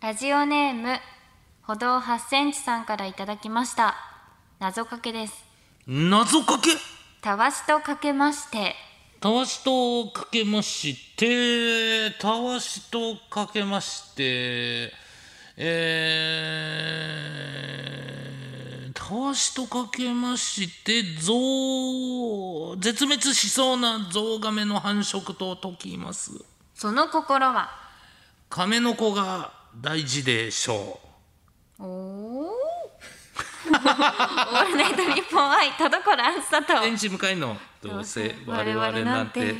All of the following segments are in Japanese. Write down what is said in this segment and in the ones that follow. ラジオネーム歩道8センチさんからいただきました謎かけです謎かけたわしとかけましてたわしとかけましてたわしとかけましてえー、たわしとかけまして象絶滅しそうなゾウガメの繁殖と解きますその心は亀の子が大事でしょうおおオールナイトニッポン愛田所あずさと天使向かいのどうせ我々なんて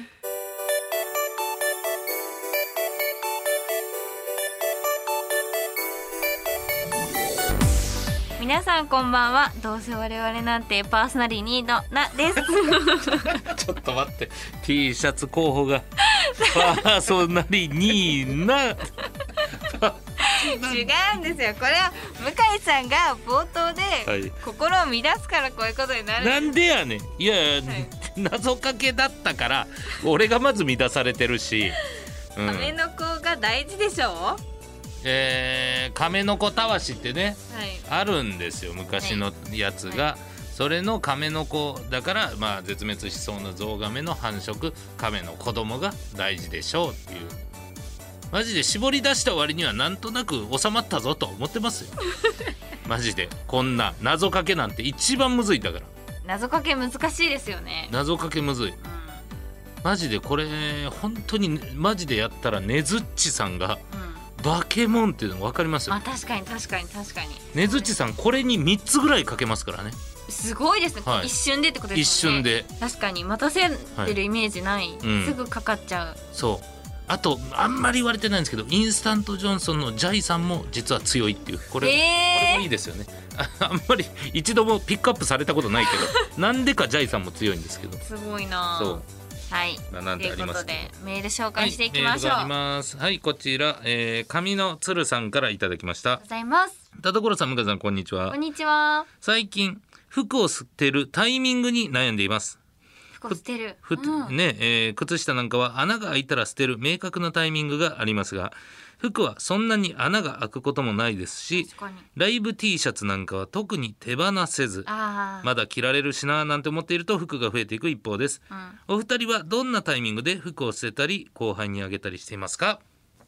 皆さんこんばんはどうせ我々なんてパーソナリティのなです ちょっと待って T シャツ候補がパーソナリに な違うんですよこれは向井さんが冒頭はいで心を乱すからこういうことになる、なんでやねんいや、い謎かけだったから俺がまず乱されてるし、うん亀の子が大事でしょはえー亀の子たわしってねいあるんですよ昔のやつが、それの亀の子だから、まあ、絶滅しそうなゾウガメの繁殖亀の子供が大事でしょうっていうマジで絞り出した割にはなんとなく収まったぞと思ってますよマジでこんな謎かけなんて一番むずいだから謎かけ難しいですよね、謎かけむずいうんマジでこれ本当にマジでやったらねずっちさんがうん、バケモンっていうの分かりますよまあ確かに確かに確かにねずっちさんこれに3つぐらいかけますからねすごいですね、はい一瞬でってこと一ですよね瞬で確かに待たせてるイメージない、うんすぐかかっちゃうそうあとあんまり言われてないんですけどインスタントジョンソンのジャイさんも実は強いっていうこれ、これえもいーいですよねああんまり一度もピックアップされたことないけ どなんでかジャイさんも強いんですけどすごいなあそうはいまあなんとていあうりこまとすでけどメール紹介していきましょう、はい、メールがありますはいこちら、えー、上の鶴さんからいただきましたございます田所さん向井さんこんにちはこんにちは最近服を捨てるタイミングに悩んでいます服を捨てるふうんねえー靴下なんかは穴が開いたら捨てる明確なタイミングがありますが服はそんなに穴が開くこともないですし確かにライブ T シャツなんかは特に手放せずああ、まだ着られるしなーなんて思っていると服が増えていく一方ですお二人はどんなタイミングで服を捨てたり後輩にあげたりしていますか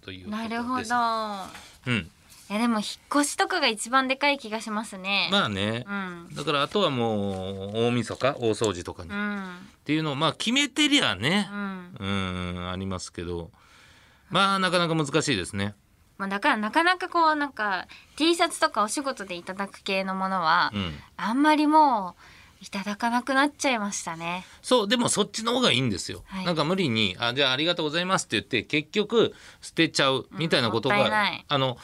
といううん、ことなでするほどいやうん、でも引っ越しとかが一番でかい気がしますね、まあねうんだからあとはもう大晦日大掃除とかに、うっんていうのをまあ決めてりゃねうんうんありますけどまあなかなか難しいですねまあ、だからなかなかこうなんか T シャツとかお仕事でいただく系のものは、うんあんまりもういただかなくなっちゃいましたね。そうでもそっちの方がいいんですよ、はいなんか無理にあじゃあありがとうございますって言って結局捨てちゃうみたいなことが、うんもったいないあの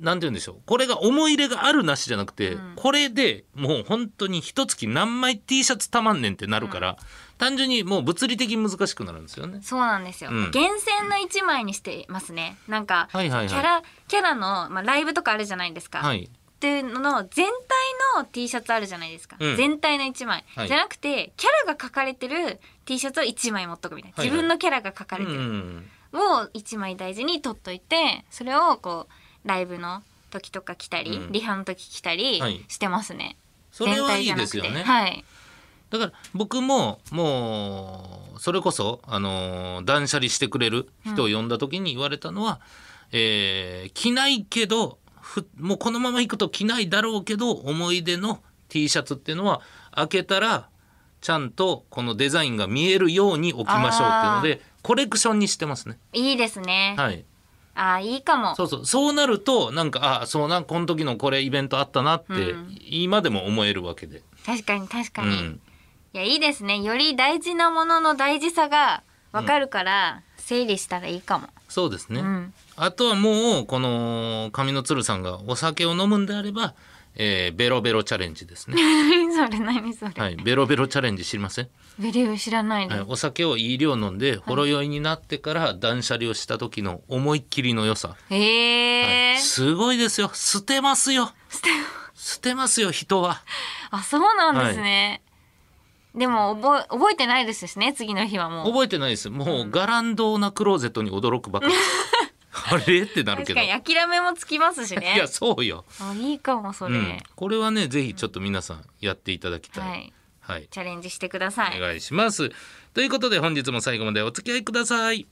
なんて言うんでしょうこれが思い入れがあるなしじゃなくて、うんこれでもう本当に一月何枚 T シャツたまんねんってなるから、単純にもう物理的に難しくなるんですよね。そうなんですよ。うん厳選の一枚にしてますね。なんか、はいはいはいキャラキャラのまあライブとかあるじゃないですか。はい、っていうのの全体の T シャツあるじゃないですか。うん全体の一枚、はいじゃなくてキャラが書かれてる T シャツを一枚持っとくみたいな。はいはい自分のキャラが書かうれてるん、を一枚大事に取っといて、それをこうライブの時とか着たり、うんリハの時着たりはいしてますね。それはいい全体ですじゃよなくてね。はい。だから僕ももうそれこそ、あのー断捨離してくれる人を呼んだ時に言われたのは、えー着ないけどふもうこのまま行くと着ないだろうけど思い出の T シャツっていうのは開けたらちゃんとこのデザインが見えるように置きましょうっていうのでコレクションにしてますね。いいですね。はい、あーいいかも。そうそうそうなるとなんかあそうなんこの時のこれイベントあったなってうん今でも思えるわけで。確かに確かうに、いんやいいですねより大事なものの大事さがわかるから、整理したらいいかも、そうですね、うん あとはもうこの上の鶴さんがお酒を飲むんであれば、えーベロベロチャレンジで すね、それ何それ、はい、ベロベロチャレンジ知りません、ベリュー知らないではす、い、お酒をいい量飲んでほろ酔いになってから断捨離をした時の思いっきりの良さ、へえ、はいすごいですよ捨てますよ捨て捨てますよ人はあそうなんですね、でも覚え覚えてないですしね次の日はもう 覚えてないですもうガランドーなクローゼットに驚くばかりあれってなる確けどかに諦めもつきますしいやねそうよ、あいいかもそうれ、ん、これはねぜひちょっと皆さんやっていただきたい、ははいいチャレンジしてくださいお願いしますということで本日も最後までお付き合いください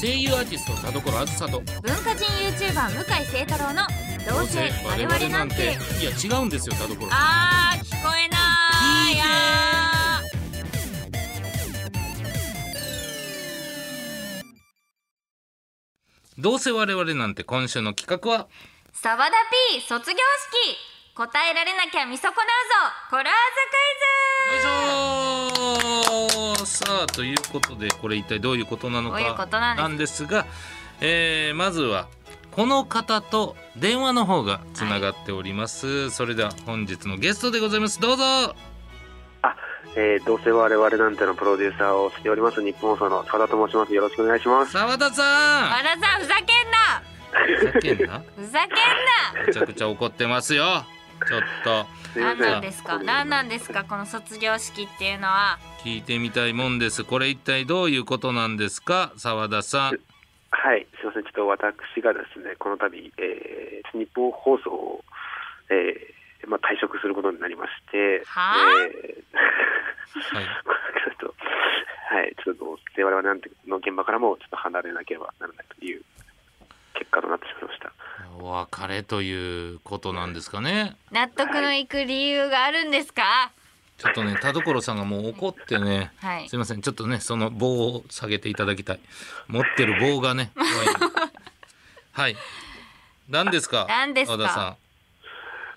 声優アーティスト田所あずさと文化人 YouTuber 向井聖太郎の「どうせ我々なんていや違うんですよ田所」あー聞こえない聞いてーあーどうせ我々なんて今週の企画は沢田 P 卒業式答えられなきゃ見損なうぞコラーズクイズよいしょーさあということでこれ一体どういうことなのどういうかことななんんですがえーまずはこの方と電話の方がつながっております、それでは本日のゲストでございますどうぞえー、どうせ我々なんてのプロデューサーをしております日本放送の佐田と申しますよろしくお願いします澤田さ和ん田さんふざけんなふざけんなふざけんなめちゃくちゃ怒ってますよちょっとすいま何せんなんですか何なんですかこの卒業式っていうのは聞いてみたいもんですこれ一体どういうことなんですか澤田さんはいすいませんちょっと私がですねこの度、えー、日本放送を、えーまあ、退職することになりましてはあえー はいちょっとはいちょっとどうせ我々なんての現場からもちょっと離れなければならないという結果となってしまいましたお別れということなんですかね納得のいく理由があるんですかちょっとね田所さんがもう怒ってねはいすいませんちょっとねその棒を下げていただきたい持ってる棒がね怖い はい何ですか何ですか澤田さ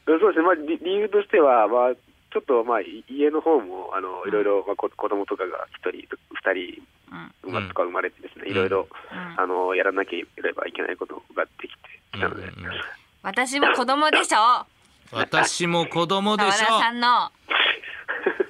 そうですね、まあ、理理由としては、まあ、ちょっと、まあ、い家の方もあのいろいろ、まあ、こ子供とかが1人、2うん人馬とか生まれてですね、うんいろいろうんあのやらなければいけないことができてきたので、うんうんうん私も子供でしょん私も子供で沢し田さんのょ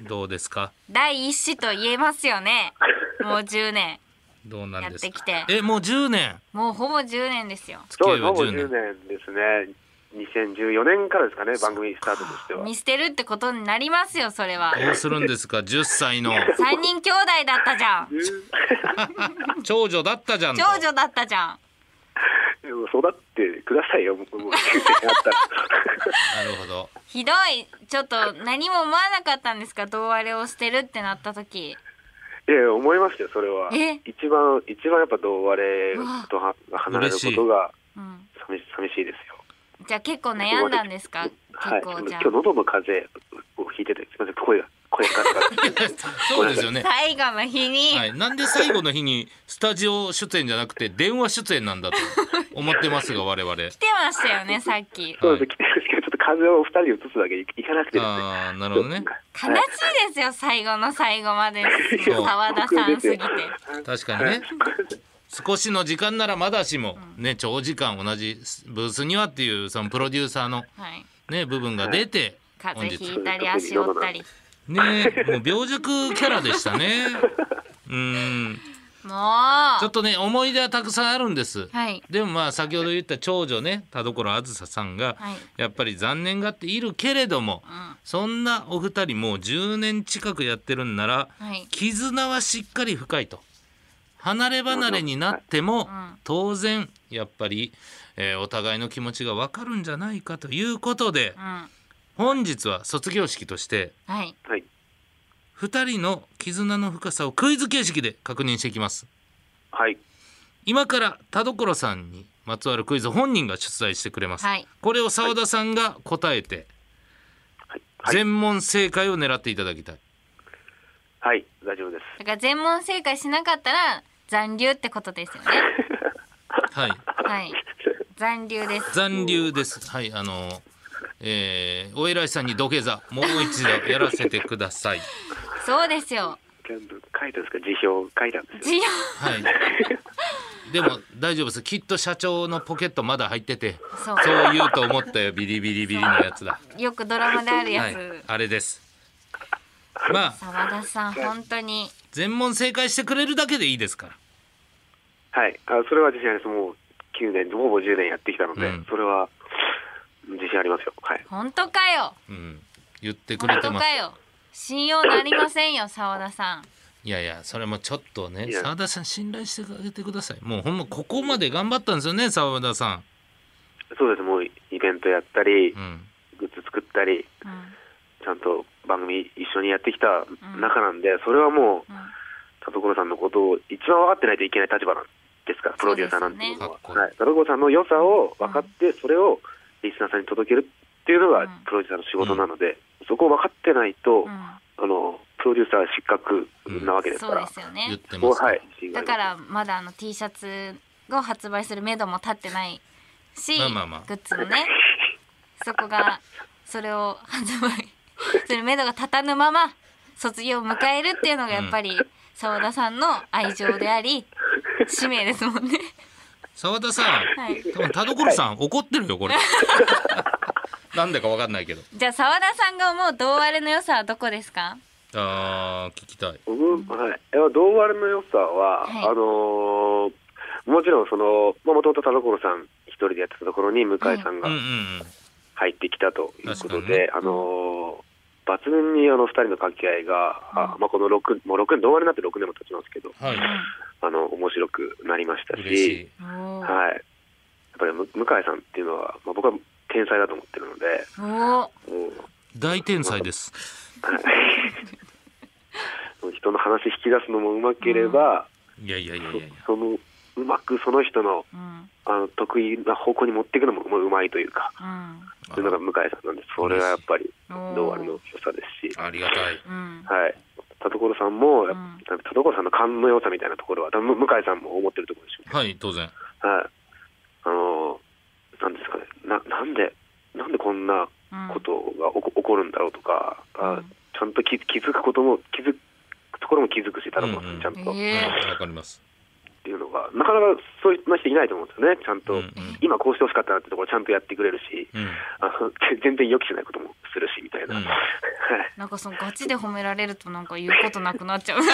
どうですか第一子と言えますよねもう10年どうなんですやってきかてえもう10年もうほぼ10年ですよ付きそ合ういですね、はほ10ぼ10年年ですね、2014年からですかね、番組スタートとしては。見捨てるってことになりますよそれはどうするんですか10歳 の3人兄弟だったじゃん長女だったじゃんと長女だったじゃんでも育ってくださいよ、もう、 もうあったら。 なるほど ひどいちょっと何も思わなかったんですか同割れを捨てるってなった時いやいや思いましたよ、それは。え一番、一番やっぱ、同割れとは離れることがうん寂し寂しいですよ。じゃあ結構悩んだんですか結はい、構じゃ今あ日喉の風邪をひいてて、すみません、声が、声がガラガラ。そうですよね最後の日にはい、なんで最後の日にスタジオ出演じゃなくて電話出演なんだと思ってますが我々来てましたよねさっきそうです、来てるんですけど、ちょっと風邪を二人に移すだけいかなくてですね。ああなるほどね悲しいですよ最後の最後まで澤田さんすぎて確かにね少しの時間ならまだしも、ね、長時間同じブースにはっていうそのプロデューサーの、はいね、部分が出て風本邪日ひいたり足折ったりねもう病弱キャラでした ねうんもちょっうとね思い出はたくさんあるんです、はいでもまあ先ほど言った長女ね田所あずささんがはいやっぱり残念がっているけれども、んそんなお二人もう10年近くやってるんなら、はい絆はしっかり深いと離れ離れになっても、ん当然やっぱり、えーお互いの気持ちが分かるんじゃないかということでう、ん本日は卒業式としてはいはい。二人の絆の深さをクイズ形式で確認していきますはい。今から田所さんにまつわるクイズを本人が出題してくれます、はいこれを澤田さんが答えてはい。はい。全問正解を狙っていただきたい、はい、大丈夫です。だから全問正解しなかったら残留ってことですよね。はい、はい。残留です。残留ですはいあのえー、お偉いさんに土下座もう一度やらせてくださいそうですよ。 全部書いたんですか、辞表書いたんですよ。授業はい でも大丈夫ですきっと社長のポケットまだ入っててそうそう言うと思ったよビリビリビリのやつだよくドラマであるやはいつ。あれですまあ澤田さん本当に全問正解してくれるだけでいいですからはい、あ、それは自信あります。もう九年、もう10年やってきたので、うんそれは。自信ありますよ。はい。本当かよ。うん、言ってく本れて当ますかよ。信用なりませんよ澤田さん。いやいやそれもちょっとねいや澤田さん信頼してあげてくださいもうほんまここまで頑張ったんですよね澤田さそうですもうイベントやったり、ん、うん、グッズ作ったりうんちゃんと番組一緒にやってきたん中なんで、それはもううん田所さんのことを一番分かってないといけない立場なんですからプロデューサーなんていうのそうはですよねはい、田所さんの良さを分かって、それをリスナーさんに届けるっていうのうがんプロデューサーの仕事なので、そこを分かってないと、うんあのプロデューサー失格なわけですかそうら、ですよ言ねっ。てそこますははい信だ頼からまだあの T シャツを発売する目処も立ってないし、まあまあまあグッズもね、そこがそれを発売する目処が立たぬまま卒業を迎えるっていうのがやっぱり澤田さんの愛情であり使命ですもん ね。澤田さん、はい多分田所さん、怒ってる よこれなんでかわかんないけどじゃあ澤田さんが思う胴割れの良さはどこですか？あー聞きたい僕、はい、いや胴割れの良さは、はいあのーもちろんその、まあ、もともと田所さん一人でやってたところに向井さんうがんうんうん入ってきたということ確かにねで、あのー抜群にあの二人の掛け合いが、あうんまあ、この六もう6年、同割になって6年も経ちますけど、はいあの面白くなりましたし、嬉しいおーはい、やっぱりむ向井さんっていうのは、まあ、僕は天才だと思ってるので、おーもう大天才です その人の話引き出すのもうまければ、いやいやいやいやいやそのうまくその人のうんあの得意な方向に持っていくのもうまいというか、うというのが向井さんなんで、それがやっぱりん。同割の良さですし。ありがたいうん。はい、田所さんも、うん田所さんの勘の良さみたいなところは、多分向井さんも思ってるところでしょうね。はい当然はい、あのーなんですかねな、なんで、なんでこんなうんことが起こ起こるんだろうとか、うあんちゃんと気気づくことも、気づくところも気づくし、田所さうんうんん、ちゃんと、っええはいわかりますていうのが、なかなかそういう人いないと思うんですよね、ちゃんうんと。うん今こうしてほしかったなってところちゃんとやってくれるし、うんあの全然予期しないこともするしみたいな、うんなんかそのガチで褒められるとなんか言うことなくなっちゃう。い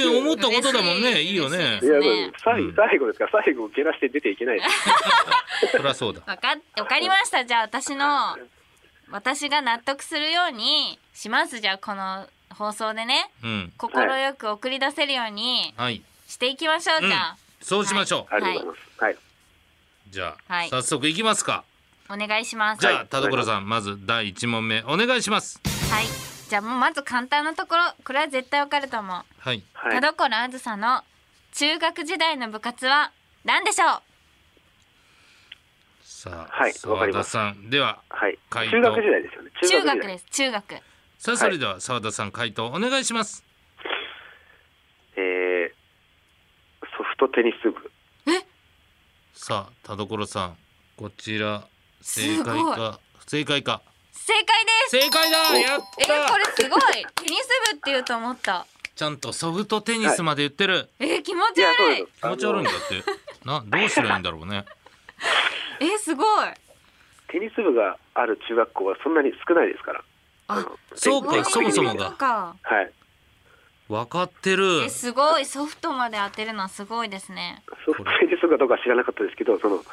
や思ったことだもん嬉ねしいいいよね嬉しいやね最うん最後ですから、最後、蹴らして出ていけないですそりゃそうだわかっわかりました。じゃあ私の私が納得するようにします。じゃあこの放送でね、うん心よく送り出せるようにはいしていきましょう。うんじゃそうしましょありがとうございます。はい。うじゃはあい早速いきますかあ、お願いします。じはゃいあ田所さんまず第一問目お願いしますはい。じゃあもうまず簡単なところ、これは絶対わかると思う。はいはい。田所あずさの中学時代の部活は何でしょう。さはあいわか澤り田ますさんでははい。回答中学時代ですよね。中時代学です。中学。さあそれでは澤田さん回答お願いしますえー、ソフトテニス部。さあ田所さんこちら正解か不正解か正解です。正解だやっえたこれすごいテニス部って言うと思ったちゃんとソフトテニスまで言ってる、え気持いち悪いよ気持ち悪いんだあのってなどうすりゃいいんだろうねえすごいテニス部がある中学校はそんなに少ないですから。あのそうか全そ国も的そにも見てががはい。分かってるえすごいソフトまで当てるのはすごいですねソフトテニス部かどうかは知らなかったですけど、その、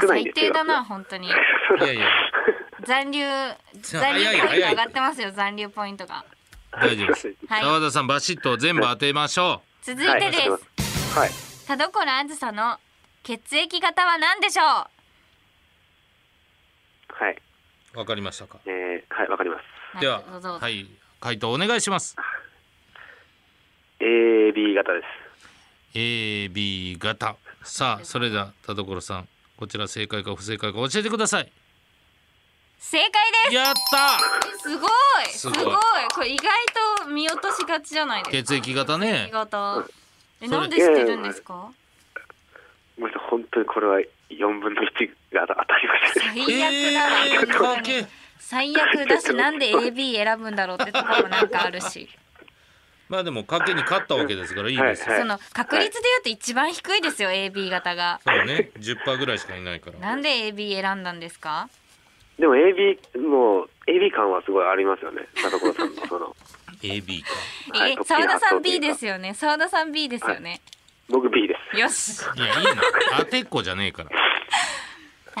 少ないん最です低よ。だな本当にいやいや残 留じゃあ残留早いポイント早い上がってますよ残留ポイントが大丈夫ですはい澤田さんバシッと全部当てましょ続いてです、す。はい。田所あずさの血液型は何でしょうはい。うわかりましたかえー、はい、わかります。ではどうぞ、はい回答お願いします A、B 型です。 AB 型さあそれでは田所さんこちら正解か不正解か教えてください正解でやったすすごいすすごごいいこれ意外と見落としがちじゃないですか血液型意ね外とえそれなんで知ってるんですかもう本当にこれは4分の1が当たりましたね。最悪だわ、えー、本か当けに最悪だしなんで AB 選ぶんだろうってところもなんかあるしまあでも賭けに勝ったわけですからいいですよ、はいその確率で言うと一番低いですよ AB 型がそうね10%ぐらいしかいないからなんで AB 選んだんですかでも AB、もう、AB 感はすごいありますよね。田所さ んのその、 AB かはいえ澤田さん B 得意なですよね澤田さん B ですよね僕 B です。よしいやいいな当てっこじゃねえから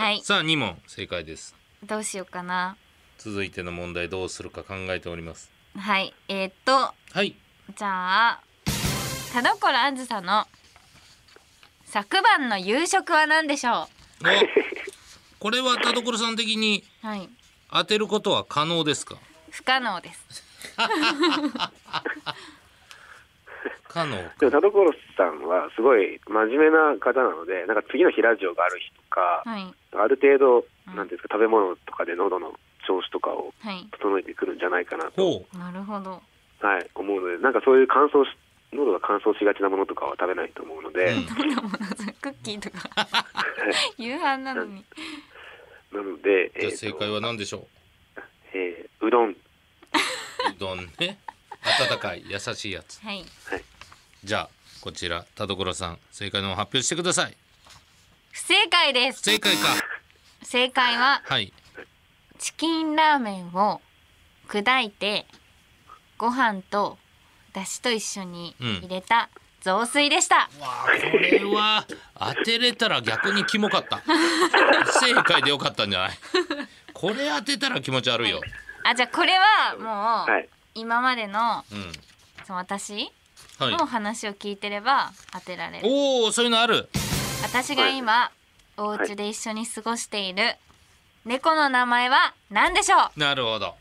はいさあ2問正解ですどうしようかな続いての問題どうするか考えておりますはいえー、っとはいじゃあ田所あずさの昨晩の夕食は何でしょおこれは田所さん的にうはい当てることは可能ですか不可能です可能でも田所さんはすごい真面目な方なのでなんか次の日ラジオがある日とか、はいある程度うんなんていうんですか食べ物とかで喉の調子とかをはい整えてくるんじゃないかなと、ほうなるほどはい、思うのでなんかそういう乾燥し喉が乾燥しがちなものとかは食べないと思うので、うんどんなものそれ クッキーとか夕飯なのになので、じゃあーと正解は何でしょえーうどうんうどんね温かい優しいやつはいじゃあこちら田所さん正解の方発表してください不正解です正解か正解ははいチキンラーメンを砕いてご飯とだしと一緒に入れた雑炊でした、わあこれは当てれたら逆にキモかった不正解でよかったんじゃないこれ当てたら気持ち悪いよ、あじゃあこれはもはうい今までのその私うんのはい話を聞いてれば当てられる、おおそういうのある私が今お家で一緒に過ごしている猫の名前は何でしょうなるほど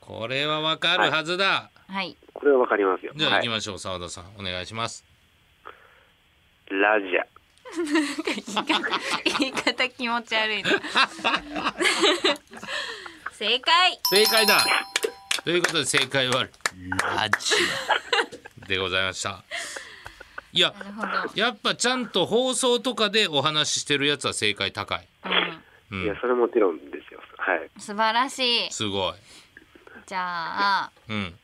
これはわかるはずだ、はい これはわかりますよじゃあ行きはい、ましょう澤田さんお願いしますラジャ言い方言い方気持ち 悪いな正解正解だということで正解はラジオでございましたいやなるほど、やっぱちゃんと放送とかでお話ししてるやつは正解高い、ういやん、それもちろんですよはういん、素晴らしいすごい、じゃあうん、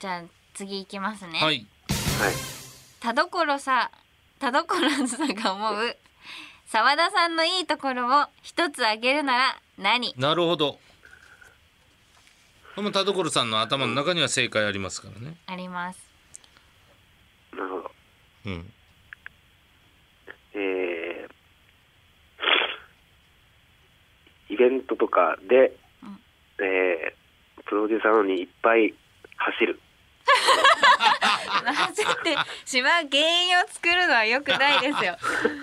じゃあ次いきますね、はいはい田所さ田所さんが思う澤田さんのいいところを一つあげるなら何なるほどでも田所さんの頭の中には正解ありますからね、ありますなるほどうん、えーイベントとかで、うんえープロデューサーなのにいっぱい走る。走ってしまう原因を作るのは良くないですよ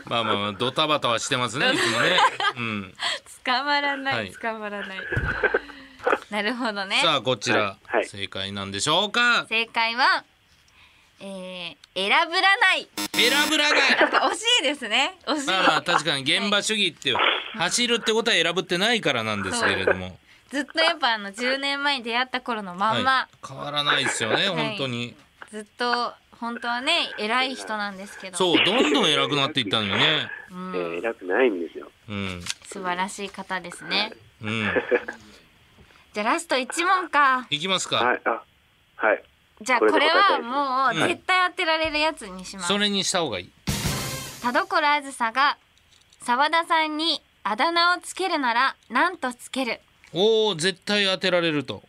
まあまあまあドタバタはしてますねいつもね、うん、捕まらない、はい捕まらない なるほどねさあこちら、はいはい正解なんでしょうか正解は、えー、選ぶらない選ぶらないなんか惜しいですね惜しい、まあまあ確かに現場主義っていう走るってことは選ぶってないからなんですけれども、ずっとやっぱあの10年前に出会った頃のまはんいま、、変わらないですよねはい本当に、ずっと本当はね偉い人なんですけどそうどんどん偉くなっていったのにねうえんー偉くないんですよ。うん素晴らしい方ですね うんじゃあラスト1問かいきますか、はい、あ、はい、じゃあここれでれ答はえもう絶対当てられるやつにします、それにした方がいい田所あずさが澤田さんにあだ名をつけるなら何とつけるおお絶対当てられると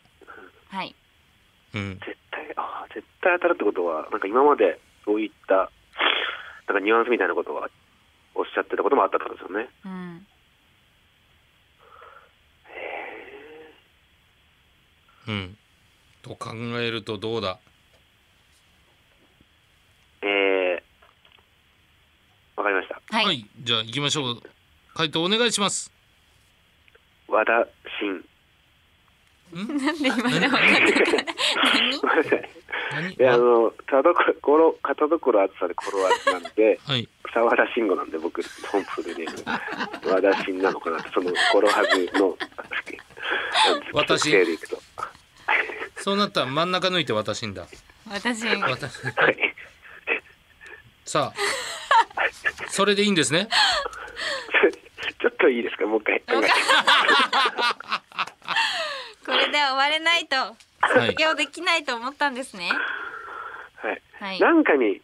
はいうん絶対、あー、絶対当たるってことは、なんか今までそういった。なんかニュアンスみたいなことは、おっしゃってたこともあったってことですよね。うんうんと考えるとどうだえー、わかりました。はい、じゃあ行きましょう回答お願いします和田真。なんで今の分かんなくない何ごめんなさい。何 いや、ああの、たどこ、ころ、片どころ暑さで転がしなんで。はい沢田慎吾なんで僕本フルネ ーム和田慎なのかなってそのゴロハズの私特性でいくとそうなったら真ん中抜いて私んだ私私はい さあそれでいいんですねちょっといいですかもう一回考えてこれでは終われないとはい卒業できないと思ったんですねはいはいなんかに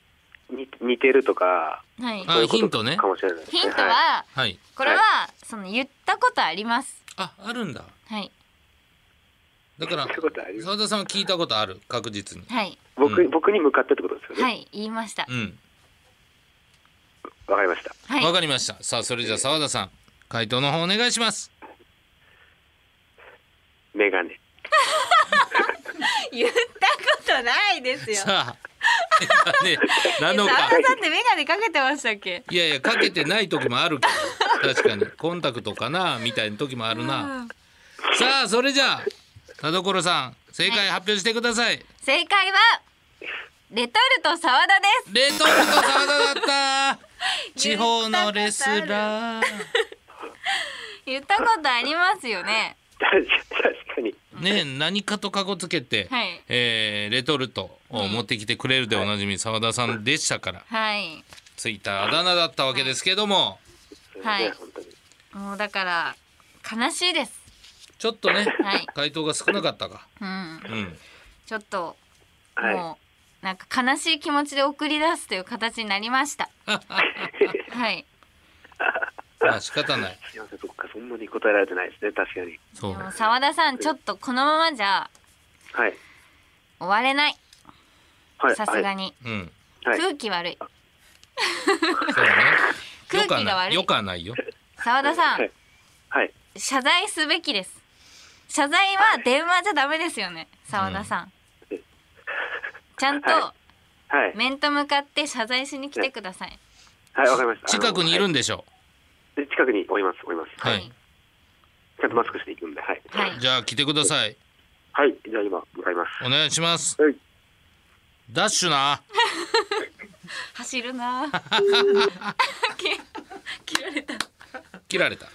に似てるとかはいあそういうことヒントねかもしれないですねヒントは、いはいこれは、その言ったことあります。ああるんだはい。だから そういうことあります澤田さんは聞いたことある確実にはい。う僕ん僕に向かってってことですよねはわ、い。言いましたう。んかりましたはい。わかりましたさあそれじゃあ澤田さん回答の方お願いしますメガネ言ったことないですよ。ささあ、 ね、なのあか。さんってメガネかけてましたっけ？いやいや、かけてない時もあるけど、確かに、コンタクトかな、みたいな時もあるうな。んさあ、それじゃあ、田所さん、正解発表してください。正解はレトルト沢田です。レトルトサラダだった。地方のレスラー。言ったことありますよね。 確かに。ねえ、何かとかこつけて、はいえーレトルトを持ってきてくれるでおなじみ澤田さんでしたから、はい。ついたあだ名だったわけですけども、はい本当に。もうだから悲しいです。ちょっとね、はい回答が少なかったか。うん。 うん。ちょっとはもうなんか悲しい気持ちで送り出すという形になりました。はい。まあ仕方ない。い。すいません、そっか、そんなに答えられてないですね。確かに。でそう。も沢田さんちょっとこのままじゃはい。終われない。はい。さすがに、うん。はい。はい。空気悪い。そうだね。 空気が悪いよくはないよくはないよ。沢田さん、はいはい。謝罪すべきです。謝罪は電話じゃダメですよね、沢田さん。うんちゃんとははい。面と向かって謝罪しに来てください。はい、わかりました。近くにいるんでしょあのはいで近くにおります、おります。はいちゃんとマスクしていくんで、はい。はう。いじゃあ来てください。はい、じゃあ今、向かいます。お願いします。はい。ダッシュな。走るな。 切切られた。切られた。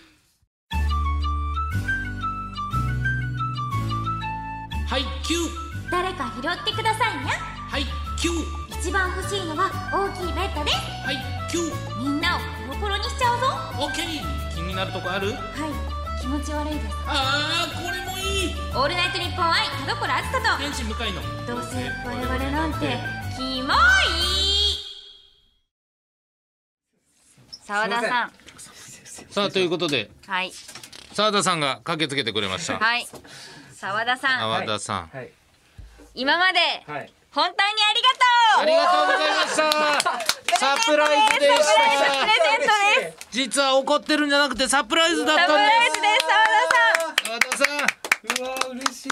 はい、キュー。誰か拾ってくださいにゃはい、キュー。一番欲しいのは大きいベッドですはい、キュー。みんなをコロコロにしちゃうぞはオッケー。気になるとこある？い気持ち悪いですああ、これもいい。オールナイトニッポン愛田所あず天使向かいの。とどうせ我々なんてキモい沢田さん。さあということで、はい。澤田さんが駆けつけてくれました。はい。沢田さん、澤田さん、はい。今まではい。本当にあありりがとう。がとうございました。サプライズでしプレた。ゼントです。実は怒ってるんじゃなくてサプライズだっサプたんでライすズ。です、沢田さん。澤田さん、うわー、嬉しい。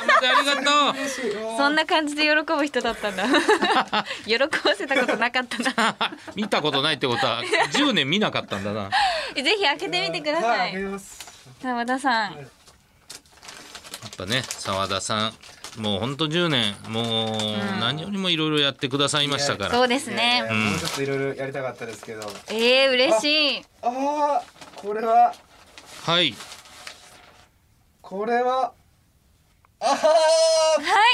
今までありがとう。嬉しい。うわーそんな感じで喜ぶ人だったんだ。 喜ばせたことなかったな。 見たことないってことは10年見なかったんだな。ぜひ開けてみてくださはい、ありい。がとうございます。澤田さん。やっぱね澤田さんもうほんと10年もう何よりもいろいろやってくださいましたから、そうですいやいね。やもうちょっといろいろやりたかったですけど。ええー、嬉しい。ああ、これは、はいこれは。ああ、は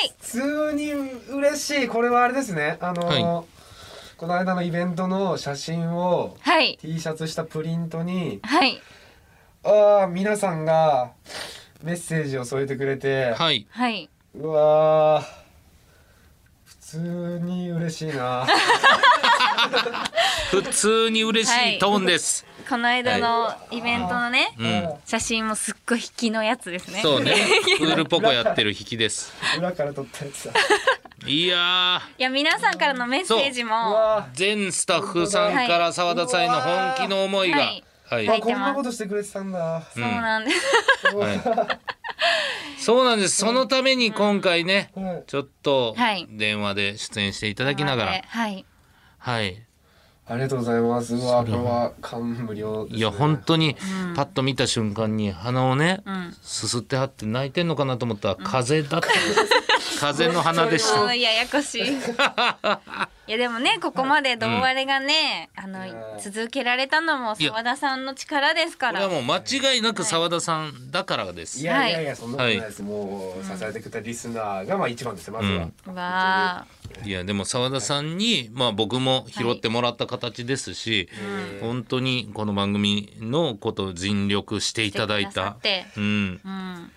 い。普通に嬉しい。これはあれですね。あのーはこの間のイベントの写真を。はい。 T シャツしたプリントにはい。ああ皆さんがメッセージを添えてくれて、はいはい。うわー普通に嬉しいな普通に嬉しいトーンです、この間のイベントのね、うん写真もすっごい引きのやつですね。そうね プールポコやってる引きです裏から撮ったやつだいやいや、皆さんからのメッセージうも。わー全スタッフさんから澤田さんへの本気の思いがははいい、ー、はあいこんなことしてくれてたんだそうなんです。はいそうなんですそのために今回ねはいちょっとはい電話で出演していただきながらはい。はいありがとうございますうわーこれは感無量です、ね、いや本当にパッと見た瞬間に鼻をね、んすすってはって泣いてんのかなと思ったら風 邪だった、風邪の鼻でしあたのややこしい。い やでもねここまで胴割れがね、あの続けられたのも澤田さんの力ですかこれはら。もう間違いなく澤田さんだからです、いやいやいやそんなことないです、もう支えてくれたリスナーがまあ一番ですねまずは、うわい、やでも澤田さんに、まあ、僕も拾ってもらった形ですし、本当にこの番組のことを尽力していただいしてくださたってうん、あ。うん。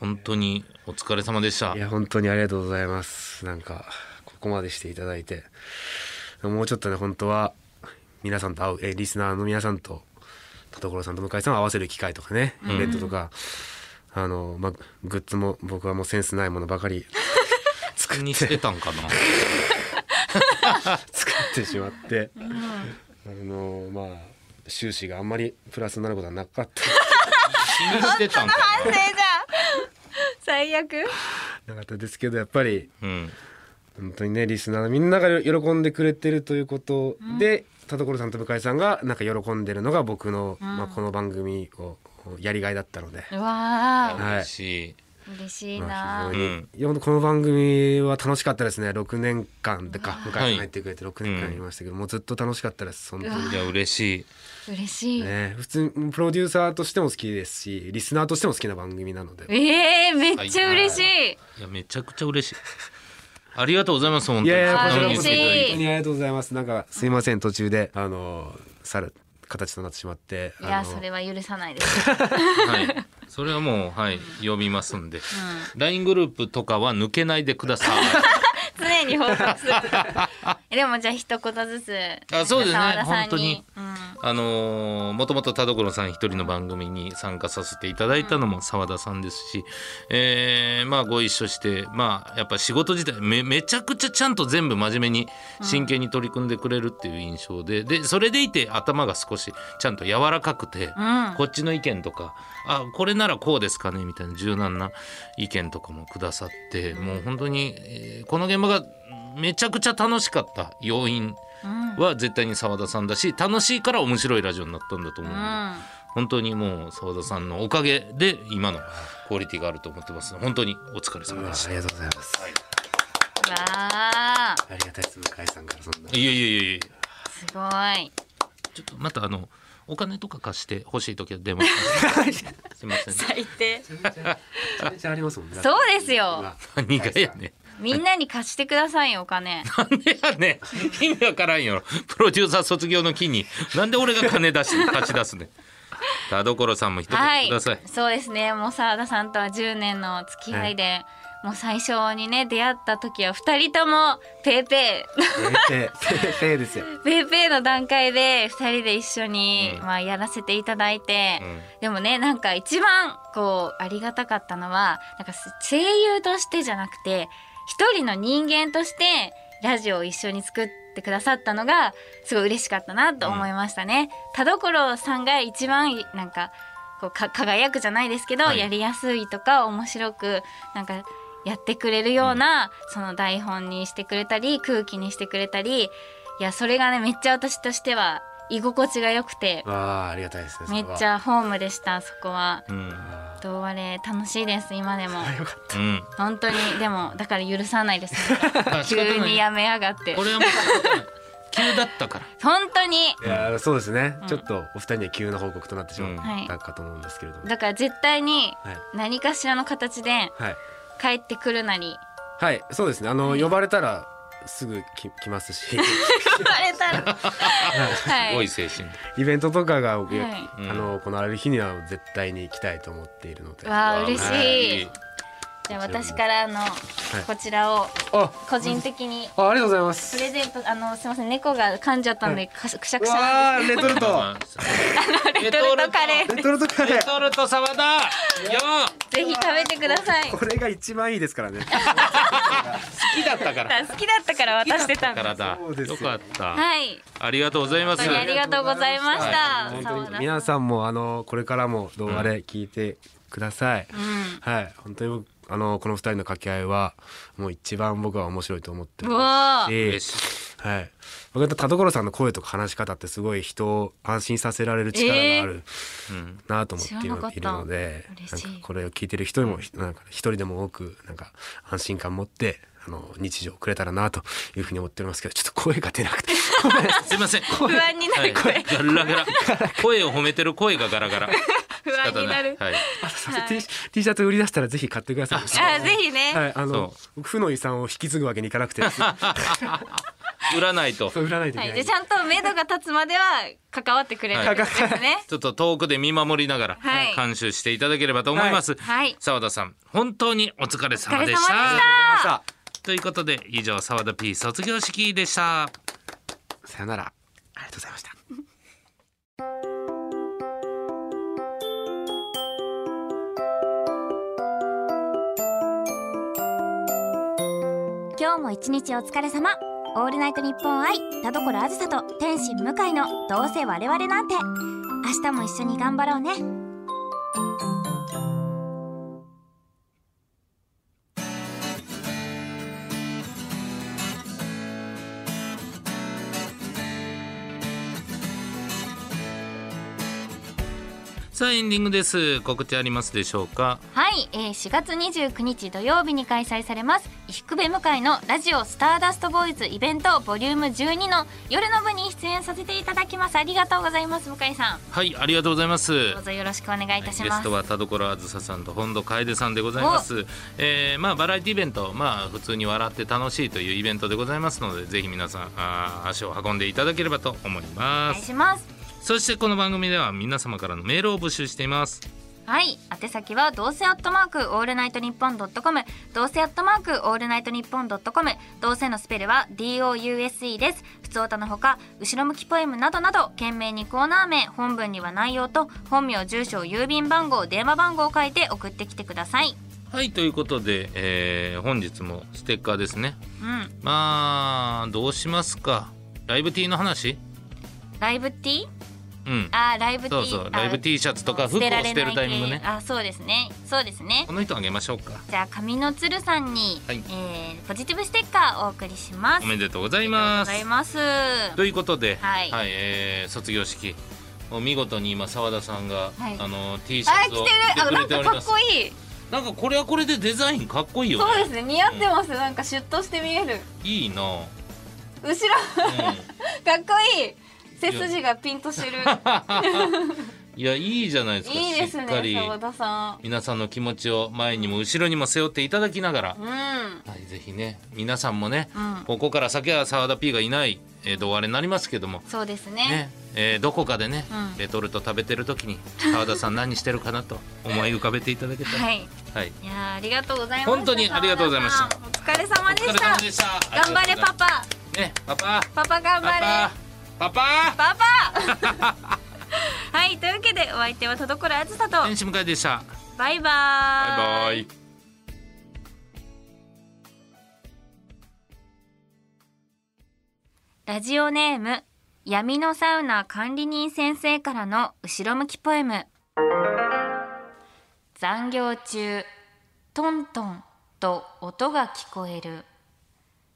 本当にお疲れ様でしたいや本当にありがとうございますなんかここまでしていただいてもうちょっとね本当は皆さんと会うえリスナーの皆さんと田所さんと向井さんを合わせる機会とかねイベントとか、あの、まあ、グッズも僕はもうセンスないものばかり作にしてたんかな作ってしまって、あのまあ収支があんまりプラスになることはなかった 気にしてたんか反省じゃん。 最悪なかったですけどやっぱりうん、本当にねリスナーのみんなが喜んでくれてるということで、田所さんと向井さんがなんか喜んでるのが僕の、まあ、この番組をこうやりがいだったので、うわは嬉いしい、ー嬉しいまあな非ー常にうんいや本当この番組は楽しかったですね6年間でか向井さはんい入ってくれて6年間いましたけど、もうずっと楽しかったです本当にうわい、や嬉しい嬉しい、ね普通にプロデューサーとしても好きですしリスナーとしても好きな番組なのでえー、めっちゃ嬉しいいやめちゃくちゃ嬉しいありがとうございます本当にいやいやこちらこ嬉そしい本当にありがとうございますなんかすいません途中であの去る形となってしまっていあやのそれは許さないです、はい、それはもう、はい、呼びますんで。LINE グループとかは抜けないでください。 常に報告す るえでもじゃあ一言ずつあそうですね澤田さん本当にうんあのー、もともと田所さん一人の番組に参加させていただいたのも澤田さんですし、えーまあご一緒して、まあやっぱ仕事自体め、めちゃくちゃちゃんと全部真面目に真剣に取り組んでくれるっていう印象で、で、それでいて頭が少しちゃんと柔らかくて、うんこっちの意見とか、あ、これならこうですかねみたいな柔軟な意見とかもくださって、もう本当に、えーこの現場がめちゃくちゃ楽しかった要因は絶対に澤田さんだし、楽しいから面白いラジオになったんだと思うので、うん本当にもう澤田さんのおかげで今のクオリティがあると思ってますので本当にお疲れ様うわでしありがとうございます、わあありがたいです向井さんからそんなた。いやいやいやいやすごいちょっとまたあのお金とか貸して欲しい時は電話します。すい ません。最低めちゃめちゃあ りますもんねそうですよ 何がやねん。みんなに貸してくださいよお金なんでやねん意味わからんよプロデューサー卒業の期になんで俺が金出して貸し出すねん田所さんも一言はいください、そうですねもう澤田さんとは10年の付き合いで、もう最初にね出会った時は2人ともペーペペーペーですよーペーペーの段階で2人で一緒に、うんまあ、やらせていただいて、うんでもねなんか一番こうありがたかったのはなんかす声優としてじゃなくて一人の人間としてラジオを一緒に作ってくださったのがすごい嬉しかったなと思いましたね。田所さんが一番なんかこうか輝くじゃないですけど、はいやりやすいとか面白くなんかやってくれるような、その台本にしてくれたり空気にしてくれたりいやそれがねめっちゃ私としては居心地が良くてわあありがたいですねそめれっはちゃホームでしたそこは。うんどうあれ楽しいです今でもうん本当にでもだから許さないです仕方な急いにやめやがってこれはもう急だったから本当にいやそうですね、ちょっとお二人には急な報告となってしまはいったかと思うんですけれども、だから絶対にはい何かしらの形ではい帰ってくるなりはいそうですねあの、呼ばれたらすぐき来ますし言われたらはすごいい精神イベントとかいが、あの行われる日には絶対に来たいと思っているので、わあ嬉しいいじゃあ私からあのいこちらをあ個人的にあありがとうございまプすレゼントあのすいません猫が噛んじゃったんでかくしゃくしゃわあレトルトあレトルトカレーレトルトカレレートルト沢田よぜひ食べてくださいこれが一番いいですからね好きだった から好きだったから渡してたんでからだそうですよよかった、はいありがとうございます本当にありがとうございました。澤本当田にさん皆さんもあのこれからも動画で聞いてください、んはい本当に僕あのこの二人の掛け合いはもう一番僕は面白いと思ってるうわーし嬉しいはい、僕は田所さんの声とか話し方ってすごい人を安心させられる力があるうんなと思って知いらるなかったいるので嬉なんしいかこれを聞いてる人にもなんか一人でも多くなんか安心感持ってあの日常をくれたらなというふうに思っておりますけどちょっと声が出な くてすいません不安になる声。ガラガラ声を褒めてる声がガラガラ不安になる。はい、あすいません T, シャ T シャツ売り出したらぜひ買ってください。あ、ぜひね。はい、あの僕負の遺産を引き継ぐわけにいかなくて 売らないとそう売らないといはけい、なじゃあいち。ゃんと目処が立つまでは関わってくれるんですね。ちょっと遠くで見守りながらはい監修していただければと思います。はい澤田さん、本当にお疲れ様でし。お疲れ様でしたあさということで、以上澤田 P 卒業式でした。さよならありがとうございました。今日も一日お疲れ様オールナイトニッポン愛田所あずさと天心向井のどうせ我々なんて明日も一緒に頑張ろうねさあエンディングです告知ありますでしょうかはい、えー、4月29日土曜日に開催されます伊福部向井のラジオスターダストボーイズイベントボリューム12の夜の部に出演させていただきますありがとうございます向井さんはいありがとうございますどうぞよろしくお願いいたしゲまスすトは田所あずささんと本土楓さんでございます、えーまあ、バラエティイベント、まあ、普通に笑って楽しいというイベントでございますのでぜひ皆さんあー足を運んでいただければと思いおま願いすしますそしてこの番組では皆様からのメールを募集していますはい宛先はどうせアットマークオールナイトニッポンドットコムどうせアットマークオールナイトニッポンドットコムどうせのスペルは DOUSE です普通歌のほか後ろ向きポエムなどなど懸命にコーナー名本文には内容と本名住所郵便番号電話番号を書いて送ってきてくださいはいということで、えー本日もステッカーですねうんまあどうしますかライブ T の話ライブティーうんあーライブティそーうそうあーライブ T シャツとか服捨をてら捨れてないるタイミング系ねあそうですねそうですねこの人あげましょうかじゃあ紙の鶴さんに、はいえーポジティブステッカーお送りしますおめでとうござあいりがとうまごすざいますということで、はいえー卒業式を見事に今澤田さんが、はいあの T シあャ着ツをてるあ着てくなれんておかりかまっすこいいなんかこれはこれでデザインかっこいいよそうねですね似合ってますなんかシュッとして見える いいな、うん、後ろ かっこいい背筋がピンとしてる いやいいじゃないですかいいですしっかねり澤田さん皆さんの気持ちを前にも後ろにも背負っていただきながら、うんうんはい、ぜひね皆さんもね、ここから先は澤田 P がいない、えー、と終わりになりますけどもそうですねねえーどこかでね、うんレトルト食べてる時に澤田さん何してるかなと思い浮かべていただけたら、はいはい、いやーありがとうございました本当にありがとうございました澤田さんお疲れ様でお疲しれた様でした頑張れパパパねパパパパ頑張れパパパパパはいというわけでお相手は田所あずさとパ天使向井でしたバイバーイバイバイラジオネーム闇のサウナ管理人先生からの後ろ向きポエム残業中トントンと音が聞こえる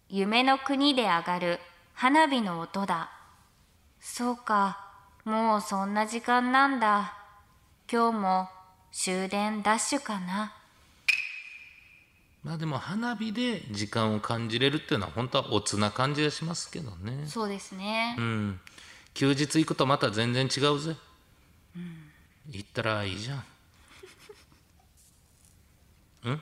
夢の国で上がる花火の音だそうかもうそんな時間なんだ今日も終電ダッシュかなまあでも花火で時間を感じれるっていうのは本当はおつな感じがしますけどねそうですねうん休日行くとまた全然違うぜ、行ったらいいじゃんうん